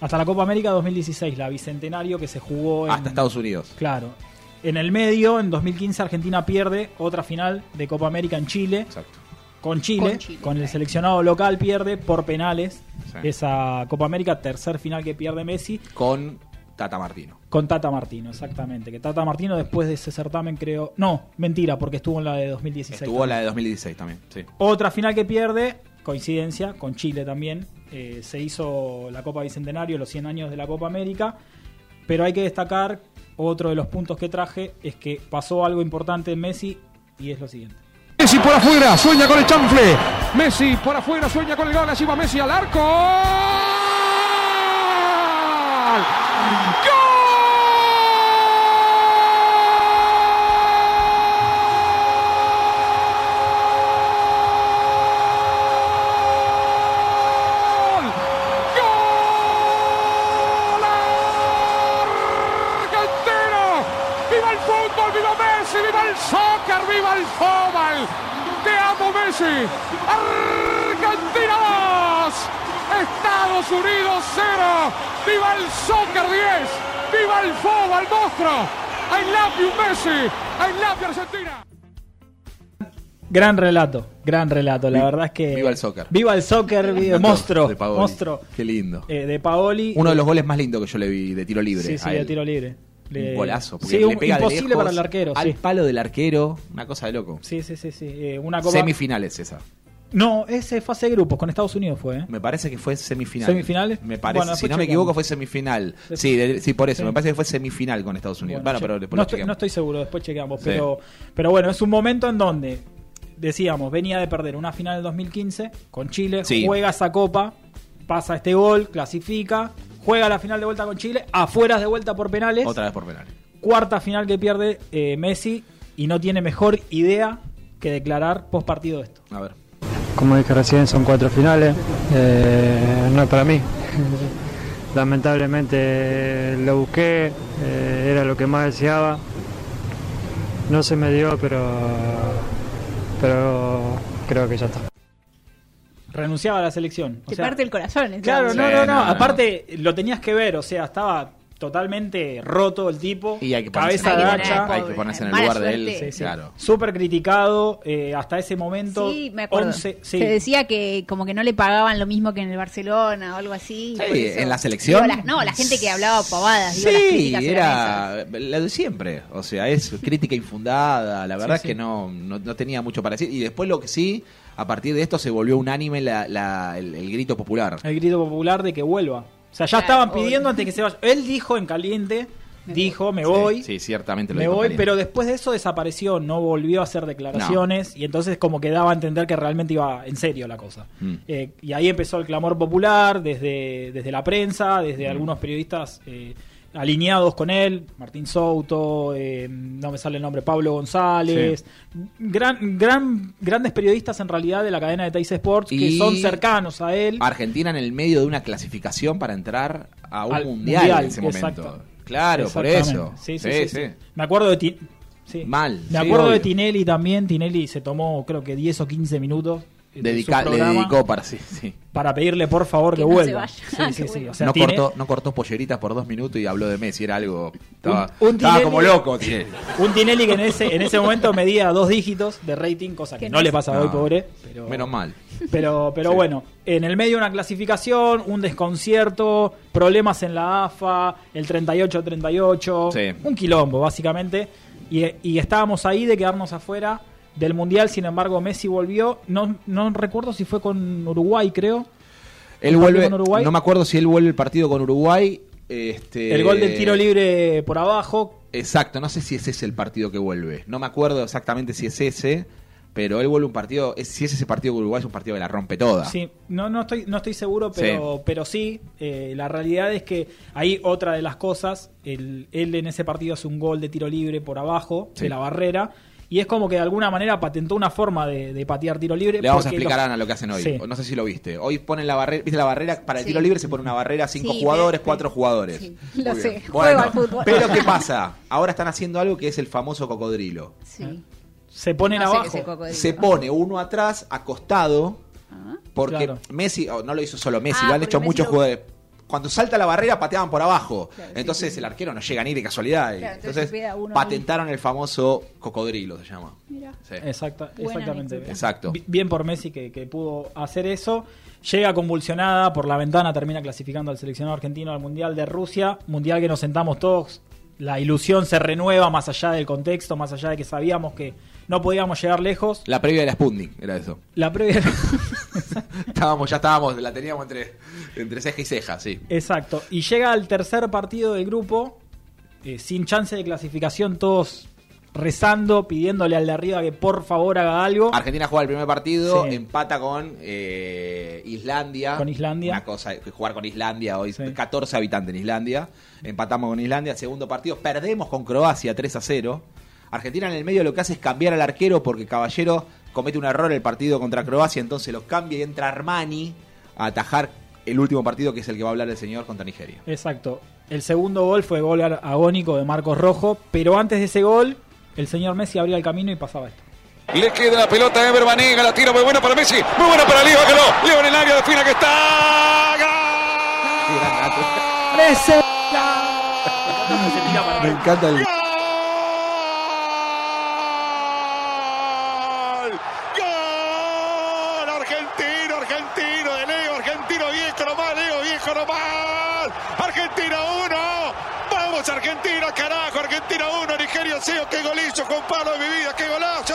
[SPEAKER 2] Hasta la Copa América 2016, la bicentenario que se jugó en.
[SPEAKER 1] hasta Estados Unidos.
[SPEAKER 2] Claro. En el medio, en 2015, Argentina pierde otra final de Copa América en Chile.
[SPEAKER 1] Exacto.
[SPEAKER 2] Con Chile, con,
[SPEAKER 7] Con Chile,
[SPEAKER 2] el
[SPEAKER 7] claro.
[SPEAKER 2] seleccionado local, pierde por penales
[SPEAKER 1] Sí.
[SPEAKER 2] esa Copa América, tercer final que pierde Messi.
[SPEAKER 1] Con Tata Martino.
[SPEAKER 2] Con Tata Martino, exactamente. Que Tata Martino después de ese certamen creo... No, mentira, porque estuvo en la de 2016.
[SPEAKER 1] Estuvo
[SPEAKER 2] también.
[SPEAKER 1] la de 2016 también. Sí.
[SPEAKER 2] Otra final que pierde, coincidencia, con Chile también. Eh, se hizo la Copa Bicentenario, los 100 años de la Copa América. Pero hay que destacar, otro de los puntos que traje es que pasó algo importante en Messi y es lo siguiente.
[SPEAKER 10] Messi por afuera, sueña con el chanfle. Messi por afuera, sueña con el gol. Allí va Messi al arco. ¡Gol! ¡Gol! ¡Gol! argentino. ¡Viva el fútbol! ¡Viva Messi! ¡Viva el soccer! ¡Viva el fútbol! ¡Te amo, Messi! ¡Argentina 2! ¡Estados Unidos 0! ¡Viva el soccer 10! ¡Viva el fútbol, monstruo! ¡I love you, Messi! ¡I love you, Argentina!
[SPEAKER 2] Gran relato, gran relato. La
[SPEAKER 1] Vi-
[SPEAKER 2] verdad es que...
[SPEAKER 1] viva el soccer.
[SPEAKER 2] Viva el soccer, viva- monstruo.
[SPEAKER 1] De Paoli.
[SPEAKER 2] monstruo.
[SPEAKER 1] Qué lindo.
[SPEAKER 2] Eh, de Paoli.
[SPEAKER 1] Uno de los goles más lindos que yo le vi de tiro libre.
[SPEAKER 2] Sí, sí,
[SPEAKER 1] a
[SPEAKER 2] de
[SPEAKER 1] él.
[SPEAKER 2] tiro libre. Le-
[SPEAKER 1] Un golazo. porque
[SPEAKER 2] Sí,
[SPEAKER 1] le
[SPEAKER 2] un-
[SPEAKER 1] pega de
[SPEAKER 2] imposible
[SPEAKER 1] lejos
[SPEAKER 2] para el arquero.
[SPEAKER 1] Al
[SPEAKER 2] sí.
[SPEAKER 1] palo del arquero. Una cosa de loco.
[SPEAKER 2] Sí, sí, sí, sí. Eh, una copa...
[SPEAKER 1] Semifinales esa.
[SPEAKER 2] No, ese fase de grupos, con Estados Unidos fue, ¿eh?
[SPEAKER 1] Me parece que fue semifinal.
[SPEAKER 2] ¿Semifinales?
[SPEAKER 1] Me parece.
[SPEAKER 2] Bueno,
[SPEAKER 1] si
[SPEAKER 2] después
[SPEAKER 1] no me
[SPEAKER 2] checamos.
[SPEAKER 1] equivoco, fue semifinal. Sí, de- sí, por eso.
[SPEAKER 2] Sí.
[SPEAKER 1] Me parece que fue semifinal con Estados Unidos.
[SPEAKER 2] Bueno,
[SPEAKER 1] Bueno, pero después lo
[SPEAKER 2] no, estoy,
[SPEAKER 1] chequeamos.
[SPEAKER 2] no estoy seguro, después chequeamos.
[SPEAKER 1] Sí.
[SPEAKER 2] Pero, pero bueno, es un momento en donde, decíamos, venía de perder una final del 2015 con Chile,
[SPEAKER 1] Sí.
[SPEAKER 2] juega esa copa, pasa este gol, clasifica, juega la final de vuelta con Chile, afuera de vuelta por penales,
[SPEAKER 1] Otra vez por penal.
[SPEAKER 2] cuarta final que pierde eh, Messi y no tiene mejor idea que declarar post partido esto.
[SPEAKER 1] A ver.
[SPEAKER 9] Como dije recién, son cuatro finales. eh, no es para mí. Lamentablemente eh, lo busqué, eh, era lo que más deseaba. No se me dio, pero, pero creo que ya está.
[SPEAKER 2] Renunciaba a la selección. o
[SPEAKER 7] Te
[SPEAKER 2] sea,
[SPEAKER 7] parte el corazón. entonces.
[SPEAKER 2] Claro,
[SPEAKER 1] Sí,
[SPEAKER 2] no, no, no,
[SPEAKER 1] no, no.
[SPEAKER 2] Aparte, lo tenías que ver, o sea, estaba totalmente roto el tipo.
[SPEAKER 1] Y hay que ponerse
[SPEAKER 2] cabeza
[SPEAKER 1] en el
[SPEAKER 7] Ay,
[SPEAKER 1] lugar,
[SPEAKER 2] gacha.
[SPEAKER 7] pobre,
[SPEAKER 1] Hay que ponerse en el
[SPEAKER 7] mala
[SPEAKER 1] lugar de él.
[SPEAKER 7] suerte.
[SPEAKER 2] Sí, sí.
[SPEAKER 1] Claro.
[SPEAKER 2] Súper criticado eh, hasta ese momento.
[SPEAKER 7] Sí, me acuerdo.
[SPEAKER 2] 11, sí.
[SPEAKER 7] Se decía que como que no le pagaban lo mismo que en el Barcelona o algo así.
[SPEAKER 1] Sí,
[SPEAKER 7] por eso.
[SPEAKER 1] en la selección.
[SPEAKER 7] Digo, las- no, la gente que hablaba pavadas. digo, las
[SPEAKER 1] Sí,
[SPEAKER 7] críticas eran esas.
[SPEAKER 1] era la de siempre. O sea, es crítica infundada. La verdad
[SPEAKER 2] Sí,
[SPEAKER 1] es que
[SPEAKER 2] sí.
[SPEAKER 1] no, no, no tenía mucho para decir. Y después lo que sí, a partir de esto se volvió unánime la, la- el, el grito popular.
[SPEAKER 2] El grito popular de que vuelva. O sea, ya
[SPEAKER 7] Claro,
[SPEAKER 2] estaban pidiendo
[SPEAKER 7] obvio.
[SPEAKER 2] antes que se vaya. Él dijo en caliente,
[SPEAKER 7] Me
[SPEAKER 2] dijo, me
[SPEAKER 1] Sí,
[SPEAKER 2] voy.
[SPEAKER 1] Sí, ciertamente lo
[SPEAKER 2] Me
[SPEAKER 1] dijo
[SPEAKER 2] voy,
[SPEAKER 1] Karim.
[SPEAKER 2] pero después de eso desapareció, no volvió a hacer declaraciones y entonces como que daba a entender que realmente iba en serio la cosa.
[SPEAKER 1] Mm.
[SPEAKER 2] Eh, y ahí empezó el clamor popular desde, desde la prensa,
[SPEAKER 1] Mm.
[SPEAKER 2] desde algunos periodistas eh, alineados con él, Martín Souto, eh, no me sale el nombre, Pablo González, gran, gran, grandes periodistas en realidad de la cadena de Tais Sports que
[SPEAKER 1] Y-
[SPEAKER 2] son cercanos a él.
[SPEAKER 1] Argentina en el medio de una clasificación para entrar a un
[SPEAKER 2] Al
[SPEAKER 1] mundial,
[SPEAKER 2] mundial,
[SPEAKER 1] en ese momento.
[SPEAKER 2] exacto.
[SPEAKER 1] Claro, por eso.
[SPEAKER 2] Exactamente. Sí, sí, sí, sí. Me acuerdo de Ti- sí.
[SPEAKER 1] Mal,
[SPEAKER 2] Me
[SPEAKER 1] sí,
[SPEAKER 2] acuerdo de
[SPEAKER 1] obvio.
[SPEAKER 2] Tinelli también. Tinelli se tomó, creo que 10 o 15 minutos. de
[SPEAKER 1] Dedica-
[SPEAKER 2] su
[SPEAKER 1] le
[SPEAKER 2] programa
[SPEAKER 1] dedicó para sí, sí.
[SPEAKER 2] para pedirle por favor que,
[SPEAKER 7] Que no se
[SPEAKER 2] vuelva.
[SPEAKER 7] vaya.
[SPEAKER 2] Sí, sí,
[SPEAKER 7] Que
[SPEAKER 2] sí.
[SPEAKER 7] vuelva.
[SPEAKER 2] O sea,
[SPEAKER 1] no,
[SPEAKER 2] Tine-
[SPEAKER 1] cortó, no cortó polleritas por dos minutos y habló de Messi, era algo. Estaba,
[SPEAKER 2] un
[SPEAKER 1] estaba
[SPEAKER 2] Tinelli-
[SPEAKER 1] como loco, Tinelli.
[SPEAKER 2] Un Tinelli que en ese, en ese momento medía dos dígitos de rating, cosa que
[SPEAKER 7] Que
[SPEAKER 2] no
[SPEAKER 7] no
[SPEAKER 2] le pasa hoy,
[SPEAKER 1] No,
[SPEAKER 2] pobre. Pero,
[SPEAKER 1] Menos mal.
[SPEAKER 2] Pero, pero bueno, en el medio una clasificación, un desconcierto, problemas en la AFA, el 38-38,
[SPEAKER 1] Sí.
[SPEAKER 2] un quilombo básicamente. Y, y estábamos ahí de quedarnos afuera del Mundial, sin embargo Messi volvió, no, no recuerdo si fue con Uruguay creo.
[SPEAKER 1] Él
[SPEAKER 2] ¿El partido
[SPEAKER 1] vuelve,
[SPEAKER 2] con Uruguay?
[SPEAKER 1] no me acuerdo si él vuelve el partido con Uruguay. Este,
[SPEAKER 2] El gol del tiro libre por abajo,
[SPEAKER 1] Exacto, no sé si es ese el partido que vuelve. No me acuerdo exactamente si es ese, pero él vuelve un partido, es- si es ese partido con Uruguay, es un partido que la rompe toda.
[SPEAKER 2] Sí, no, no, estoy, no estoy seguro, pero sí, pero sí eh, la realidad es que ahí otra de las cosas, el- él en ese partido hace un gol de tiro libre por abajo
[SPEAKER 1] Sí.
[SPEAKER 2] de la barrera, y es como que de alguna manera patentó una forma de, de patear tiro libre.
[SPEAKER 1] Le vamos a
[SPEAKER 2] porque
[SPEAKER 1] explicar
[SPEAKER 2] los-
[SPEAKER 1] a Ana lo que hacen hoy.
[SPEAKER 2] Sí.
[SPEAKER 1] No sé si lo viste. Hoy ponen la barrera, viste la barrera para el
[SPEAKER 7] Sí.
[SPEAKER 1] tiro libre se pone una barrera cinco
[SPEAKER 7] Sí,
[SPEAKER 1] jugadores,
[SPEAKER 7] ve-
[SPEAKER 1] cuatro jugadores.
[SPEAKER 7] Sí.
[SPEAKER 3] Lo
[SPEAKER 1] Muy
[SPEAKER 3] sé,
[SPEAKER 1] bien.
[SPEAKER 3] juego
[SPEAKER 1] Bueno,
[SPEAKER 3] al fútbol.
[SPEAKER 1] pero ¿qué pasa? Ahora están haciendo algo que es el famoso cocodrilo.
[SPEAKER 7] Sí.
[SPEAKER 2] Se ponen
[SPEAKER 7] No sé qué
[SPEAKER 2] abajo.
[SPEAKER 7] es el cocodrilo.
[SPEAKER 1] Se pone uno atrás, acostado,
[SPEAKER 7] Ah.
[SPEAKER 1] porque
[SPEAKER 2] Claro.
[SPEAKER 1] Messi, oh, no lo hizo solo Messi,
[SPEAKER 7] Ah,
[SPEAKER 1] lo han
[SPEAKER 7] porque
[SPEAKER 1] hecho
[SPEAKER 7] Messi
[SPEAKER 1] muchos
[SPEAKER 7] lo-
[SPEAKER 1] jugadores. Cuando salta la barrera pateaban por abajo.
[SPEAKER 7] Claro, sí,
[SPEAKER 1] entonces
[SPEAKER 7] sí, sí.
[SPEAKER 1] el arquero no llega ni de casualidad. ahí.
[SPEAKER 3] Claro, entonces
[SPEAKER 1] entonces
[SPEAKER 3] queda uno ahí.
[SPEAKER 1] patentaron el famoso cocodrilo, se llama.
[SPEAKER 3] Mira.
[SPEAKER 1] Sí.
[SPEAKER 2] Exacta-
[SPEAKER 7] Buena
[SPEAKER 2] exactamente.
[SPEAKER 7] anécdota.
[SPEAKER 1] Exacto.
[SPEAKER 2] Bi- Bien por Messi que, que pudo hacer eso. Llega convulsionada por la ventana, termina clasificando al seleccionado argentino al Mundial de Rusia. Mundial que nos sentamos todos. La ilusión se renueva más allá del contexto, más allá de que sabíamos que no podíamos llegar lejos.
[SPEAKER 1] La previa de la Sputnik, era eso.
[SPEAKER 2] La previa.
[SPEAKER 1] Estábamos, ya estábamos, la teníamos entre, entre ceja y ceja, sí.
[SPEAKER 2] Exacto. Y llega al tercer partido del grupo, eh, sin chance de clasificación, todos rezando, pidiéndole al de arriba que por favor haga algo.
[SPEAKER 1] Argentina juega el primer partido,
[SPEAKER 2] Sí.
[SPEAKER 1] empata con eh, Islandia.
[SPEAKER 2] Con Islandia.
[SPEAKER 1] Una cosa, que jugar con Islandia hoy,
[SPEAKER 2] Sí.
[SPEAKER 1] 14 habitantes en Islandia. Empatamos con Islandia, segundo partido, perdemos con Croacia 3 a 0. Argentina en el medio lo que hace es cambiar al arquero porque Caballero comete un error el partido contra Croacia, entonces lo cambia y entra Armani a atajar el último partido que es el que va a hablar el señor contra Nigeria.
[SPEAKER 2] Exacto. El segundo gol fue gol ar- agónico de Marcos Rojo, pero antes de ese gol, el señor Messi abría el camino y pasaba esto.
[SPEAKER 8] Le queda la pelota a Ever Banega, la tira muy buena para Messi, muy buena para Leo, que no, Leo en el área defina que está. ¡Gol!
[SPEAKER 1] Me encanta el...
[SPEAKER 8] ¡Gol! ¡Gol! Argentino, argentino de Leo, argentino viejo nomás, Leo viejo nomás. Argentina 1. Vamos Argentina, carajo, Argentina 1, Nigeria 0. ¡Qué golazo, Juan Pablo de mi vida! ¡Qué golazo!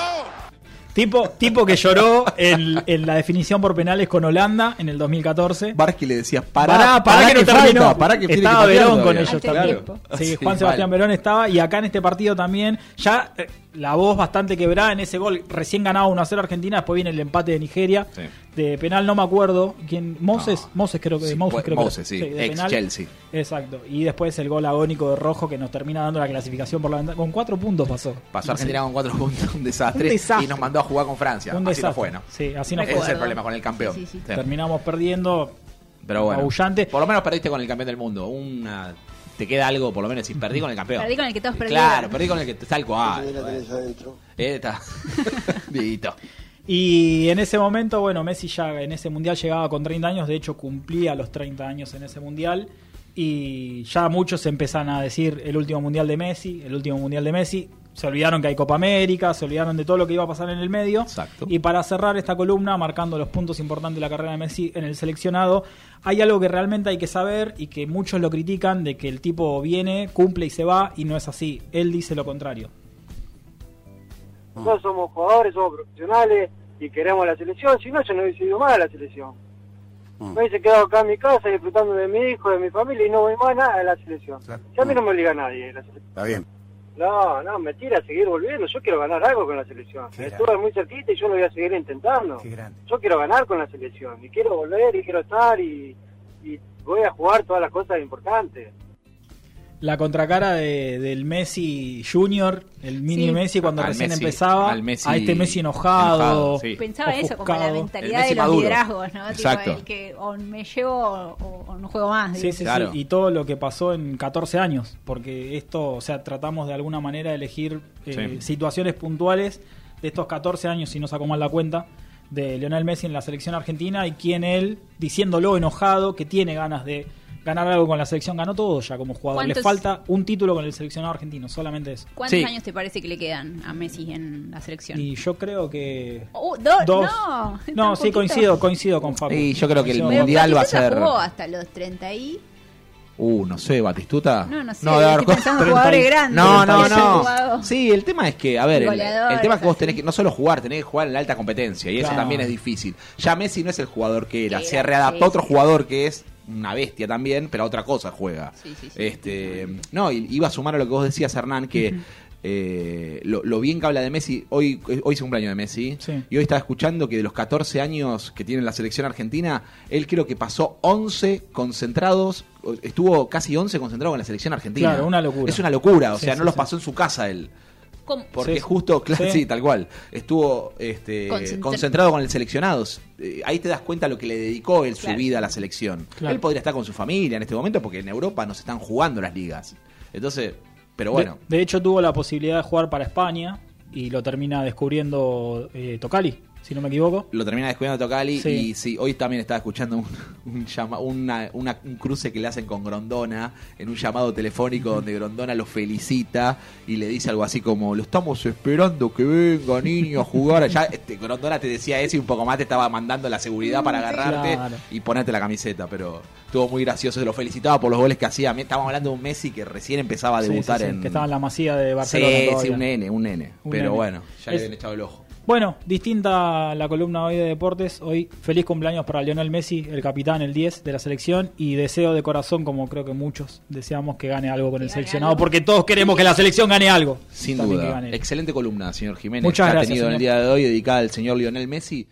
[SPEAKER 2] Tipo, tipo que lloró en, en la definición por penales con Holanda en el 2014.
[SPEAKER 1] Vázquez le decía, pará,
[SPEAKER 2] Pará, pará, que no
[SPEAKER 1] falta,
[SPEAKER 2] terminó.
[SPEAKER 1] pará que tiene que
[SPEAKER 2] estaba
[SPEAKER 1] patear
[SPEAKER 2] Verón con
[SPEAKER 1] todavía".
[SPEAKER 2] ellos
[SPEAKER 3] Antes
[SPEAKER 2] también.
[SPEAKER 3] del tiempo.
[SPEAKER 2] Sí,
[SPEAKER 1] Sí,
[SPEAKER 2] Juan Sebastián
[SPEAKER 1] mal.
[SPEAKER 2] Verón estaba. Y acá en este partido también, ya eh, la voz bastante quebrada en ese gol. Recién ganado 1 a 0 Argentina, después viene el empate de Nigeria.
[SPEAKER 1] Sí.
[SPEAKER 2] De penal no me acuerdo. ¿Quién? Moses,
[SPEAKER 1] No.
[SPEAKER 2] Moses creo que
[SPEAKER 1] Sí,
[SPEAKER 2] Moses,
[SPEAKER 1] fue-
[SPEAKER 2] creo que-
[SPEAKER 1] Moses, sí,
[SPEAKER 2] de
[SPEAKER 1] ex Chelsea.
[SPEAKER 2] Exacto. Y después el gol agónico de Rojo que nos termina dando la clasificación por la ventana. Con cuatro puntos pasó.
[SPEAKER 1] Pasó Argentina con cuatro puntos, un desastre,
[SPEAKER 2] Un desastre.
[SPEAKER 1] y nos mandó a jugar con Francia.
[SPEAKER 2] Un
[SPEAKER 1] así
[SPEAKER 2] desastre.
[SPEAKER 1] no fue, ¿no?
[SPEAKER 2] Sí, así no
[SPEAKER 1] Ese
[SPEAKER 2] fue.
[SPEAKER 1] es el problema con el campeón.
[SPEAKER 7] Sí, sí, sí.
[SPEAKER 1] Sí.
[SPEAKER 2] Terminamos perdiendo.
[SPEAKER 1] Pero bueno,
[SPEAKER 2] Abullante.
[SPEAKER 1] por lo menos perdiste con el campeón del mundo. Una, te queda algo, por lo menos, si perdí con el campeón.
[SPEAKER 3] Perdí con el que todos
[SPEAKER 1] Claro,
[SPEAKER 3] perdieron.
[SPEAKER 1] perdí con el que está el cual. bueno. Eh, está. Dieguito.
[SPEAKER 2] Y en ese momento, bueno, Messi ya en ese mundial llegaba con 30 años, de hecho cumplía los 30 años en ese mundial. Y ya muchos empezaban a decir el último mundial de Messi, el último mundial de Messi. Se olvidaron que hay Copa América, se olvidaron de todo lo que iba a pasar en el medio.
[SPEAKER 1] Exacto.
[SPEAKER 2] Y para cerrar esta columna, marcando los puntos importantes de la carrera de Messi en el seleccionado, hay algo que realmente hay que saber y que muchos lo critican de que el tipo viene, cumple y se va, y no es así. Él dice lo contrario.
[SPEAKER 9] No somos jugadores, somos profesionales y queremos la selección, si no yo no hubiese ido más a la selección. Me hubiese quedado acá en mi casa disfrutando de mi hijo, de mi familia y no voy más nada a la selección. Si a mí no me obliga nadie la selección. Está
[SPEAKER 11] bien.
[SPEAKER 9] No, no, me tira a seguir volviendo. Yo quiero ganar algo con la selección. Estuve muy cerquita y yo lo voy a seguir intentando. Yo quiero ganar con la selección y quiero volver y quiero estar y, y voy a jugar todas las cosas importantes.
[SPEAKER 2] La contracara de- del Messi Junior, el mini
[SPEAKER 3] Sí.
[SPEAKER 2] Messi cuando
[SPEAKER 1] Al
[SPEAKER 2] recién
[SPEAKER 1] Messi-
[SPEAKER 2] empezaba,
[SPEAKER 1] al Messi
[SPEAKER 2] a este Messi enojado.
[SPEAKER 1] enojado, sí.
[SPEAKER 3] Pensaba eso, como la
[SPEAKER 2] ofuscado.
[SPEAKER 1] El
[SPEAKER 3] mentalidad
[SPEAKER 1] Messi
[SPEAKER 3] de los
[SPEAKER 1] maduro.
[SPEAKER 3] liderazgos, ¿no?
[SPEAKER 1] Exacto.
[SPEAKER 3] Tipo, el que o me llevo o, o no juego más.
[SPEAKER 2] Sí,
[SPEAKER 3] digo.
[SPEAKER 2] sí, sí,
[SPEAKER 1] Claro.
[SPEAKER 2] Y todo lo que pasó en 14 años, porque esto, o sea, tratamos de alguna manera de elegir eh,
[SPEAKER 1] Sí.
[SPEAKER 2] situaciones puntuales de estos 14 años, si no saco mal la cuenta, de Lionel Messi en la selección argentina y quien él, diciéndolo enojado, que tiene ganas de ganar algo con la selección, ganó todo ya como jugador. Le
[SPEAKER 7] ¿Cuántos-
[SPEAKER 2] falta un título con el seleccionado argentino, solamente eso.
[SPEAKER 7] ¿Cuántos
[SPEAKER 1] Sí.
[SPEAKER 7] años te parece que le quedan a Messi en la selección?
[SPEAKER 2] Y yo creo que
[SPEAKER 7] Oh,
[SPEAKER 3] Uh, do-
[SPEAKER 2] Dos.
[SPEAKER 3] No, tan
[SPEAKER 2] No, sí,
[SPEAKER 3] poquito.
[SPEAKER 2] coincido, coincido con Fabio.
[SPEAKER 1] Y yo creo que el
[SPEAKER 2] Coincido con
[SPEAKER 7] Pero
[SPEAKER 1] Mundial va a
[SPEAKER 7] Patricio
[SPEAKER 1] ser-
[SPEAKER 7] jugó hasta los 30 y...
[SPEAKER 1] Uh, no sé, Batistuta.
[SPEAKER 7] No, no sé,
[SPEAKER 1] debe haber
[SPEAKER 3] Estoy
[SPEAKER 1] co-
[SPEAKER 3] pensando en
[SPEAKER 2] 30
[SPEAKER 3] jugadores
[SPEAKER 2] y-
[SPEAKER 3] grandes.
[SPEAKER 1] No, no,
[SPEAKER 3] que hayan
[SPEAKER 1] no.
[SPEAKER 3] jugado.
[SPEAKER 1] Sí, el tema es que, a ver, el,
[SPEAKER 3] Goleadores,
[SPEAKER 1] el tema es que vos
[SPEAKER 3] así.
[SPEAKER 1] tenés que no solo jugar, tenés que jugar en la alta competencia y eso
[SPEAKER 2] Claro.
[SPEAKER 1] también es difícil. Ya Messi no es el jugador que era,
[SPEAKER 7] Que
[SPEAKER 1] se
[SPEAKER 7] era,
[SPEAKER 1] readaptó
[SPEAKER 7] sí,
[SPEAKER 1] a otro
[SPEAKER 7] sí.
[SPEAKER 1] jugador que es una bestia también, pero a otra cosa juega. Eh,
[SPEAKER 7] Sí, sí, sí.
[SPEAKER 1] Este, no, y iba a sumar a lo que vos decías, Hernán, que eh, lo, lo bien que habla de Messi. Hoy, hoy es un cumpleaños de Messi.
[SPEAKER 2] Sí.
[SPEAKER 1] Y hoy estaba escuchando que de los 14 años que tiene la selección argentina, él creo que pasó 11 concentrados, o- estuvo casi 11 concentrados con la selección argentina.
[SPEAKER 2] Claro, una locura.
[SPEAKER 1] Es una locura, o
[SPEAKER 2] Sí,
[SPEAKER 1] sea,
[SPEAKER 2] sí,
[SPEAKER 1] no los
[SPEAKER 2] sí.
[SPEAKER 1] pasó en su casa él.
[SPEAKER 7] ¿Cómo?
[SPEAKER 1] Porque
[SPEAKER 2] Sí.
[SPEAKER 1] justo, claro,
[SPEAKER 2] Sí.
[SPEAKER 1] sí, tal cual, estuvo este,
[SPEAKER 7] Concentra-
[SPEAKER 1] concentrado con el seleccionado. Eh, ahí te das cuenta lo que le dedicó él su
[SPEAKER 7] Claro.
[SPEAKER 1] vida a la selección.
[SPEAKER 2] Claro.
[SPEAKER 1] Él podría estar con su familia en este momento porque en Europa no se están jugando las ligas. Entonces, pero bueno.
[SPEAKER 2] De, de hecho, tuvo la posibilidad de jugar para España y lo termina descubriendo eh, Tocali, si no me equivoco.
[SPEAKER 1] Lo termina descubriendo Tocali
[SPEAKER 2] Sí.
[SPEAKER 1] y sí, hoy también estaba escuchando un, un llama- una- una- un cruce que le hacen con Grondona en un llamado telefónico donde Grondona lo felicita y le dice algo así como, lo estamos esperando que venga niño a jugar. Ya este, Grondona te decía eso y un poco más te estaba mandando la seguridad para agarrarte
[SPEAKER 2] Mm, Claro.
[SPEAKER 1] y ponerte la camiseta, pero estuvo muy gracioso, se lo felicitaba por los goles que hacía. Estábamos hablando de un Messi que recién empezaba a
[SPEAKER 2] Sí, sí,
[SPEAKER 1] debutar
[SPEAKER 2] sí,
[SPEAKER 1] en...
[SPEAKER 2] Que estaba en la masía de
[SPEAKER 1] Sí,
[SPEAKER 2] Barcelona.
[SPEAKER 1] sí,
[SPEAKER 2] todavía.
[SPEAKER 1] un e- nene, un nene.
[SPEAKER 2] Un
[SPEAKER 1] pero
[SPEAKER 2] nene.
[SPEAKER 1] bueno, ya
[SPEAKER 2] Es-
[SPEAKER 1] le habían echado el ojo.
[SPEAKER 2] Bueno, distinta la columna hoy de deportes. Hoy feliz cumpleaños para Lionel Messi, el capitán, el 10 de la selección. Y deseo de corazón, como creo que muchos deseamos, que gane algo con
[SPEAKER 7] Que
[SPEAKER 2] el
[SPEAKER 7] gane
[SPEAKER 2] seleccionado.
[SPEAKER 7] algo.
[SPEAKER 2] Porque todos queremos que la selección gane algo.
[SPEAKER 1] Sin
[SPEAKER 2] También que
[SPEAKER 1] duda.
[SPEAKER 2] gane él.
[SPEAKER 1] Excelente columna, señor Jiménez.
[SPEAKER 2] Muchas
[SPEAKER 1] que Ha
[SPEAKER 2] gracias,
[SPEAKER 1] tenido en el
[SPEAKER 2] señor.
[SPEAKER 1] día de hoy dedicada al señor Lionel Messi.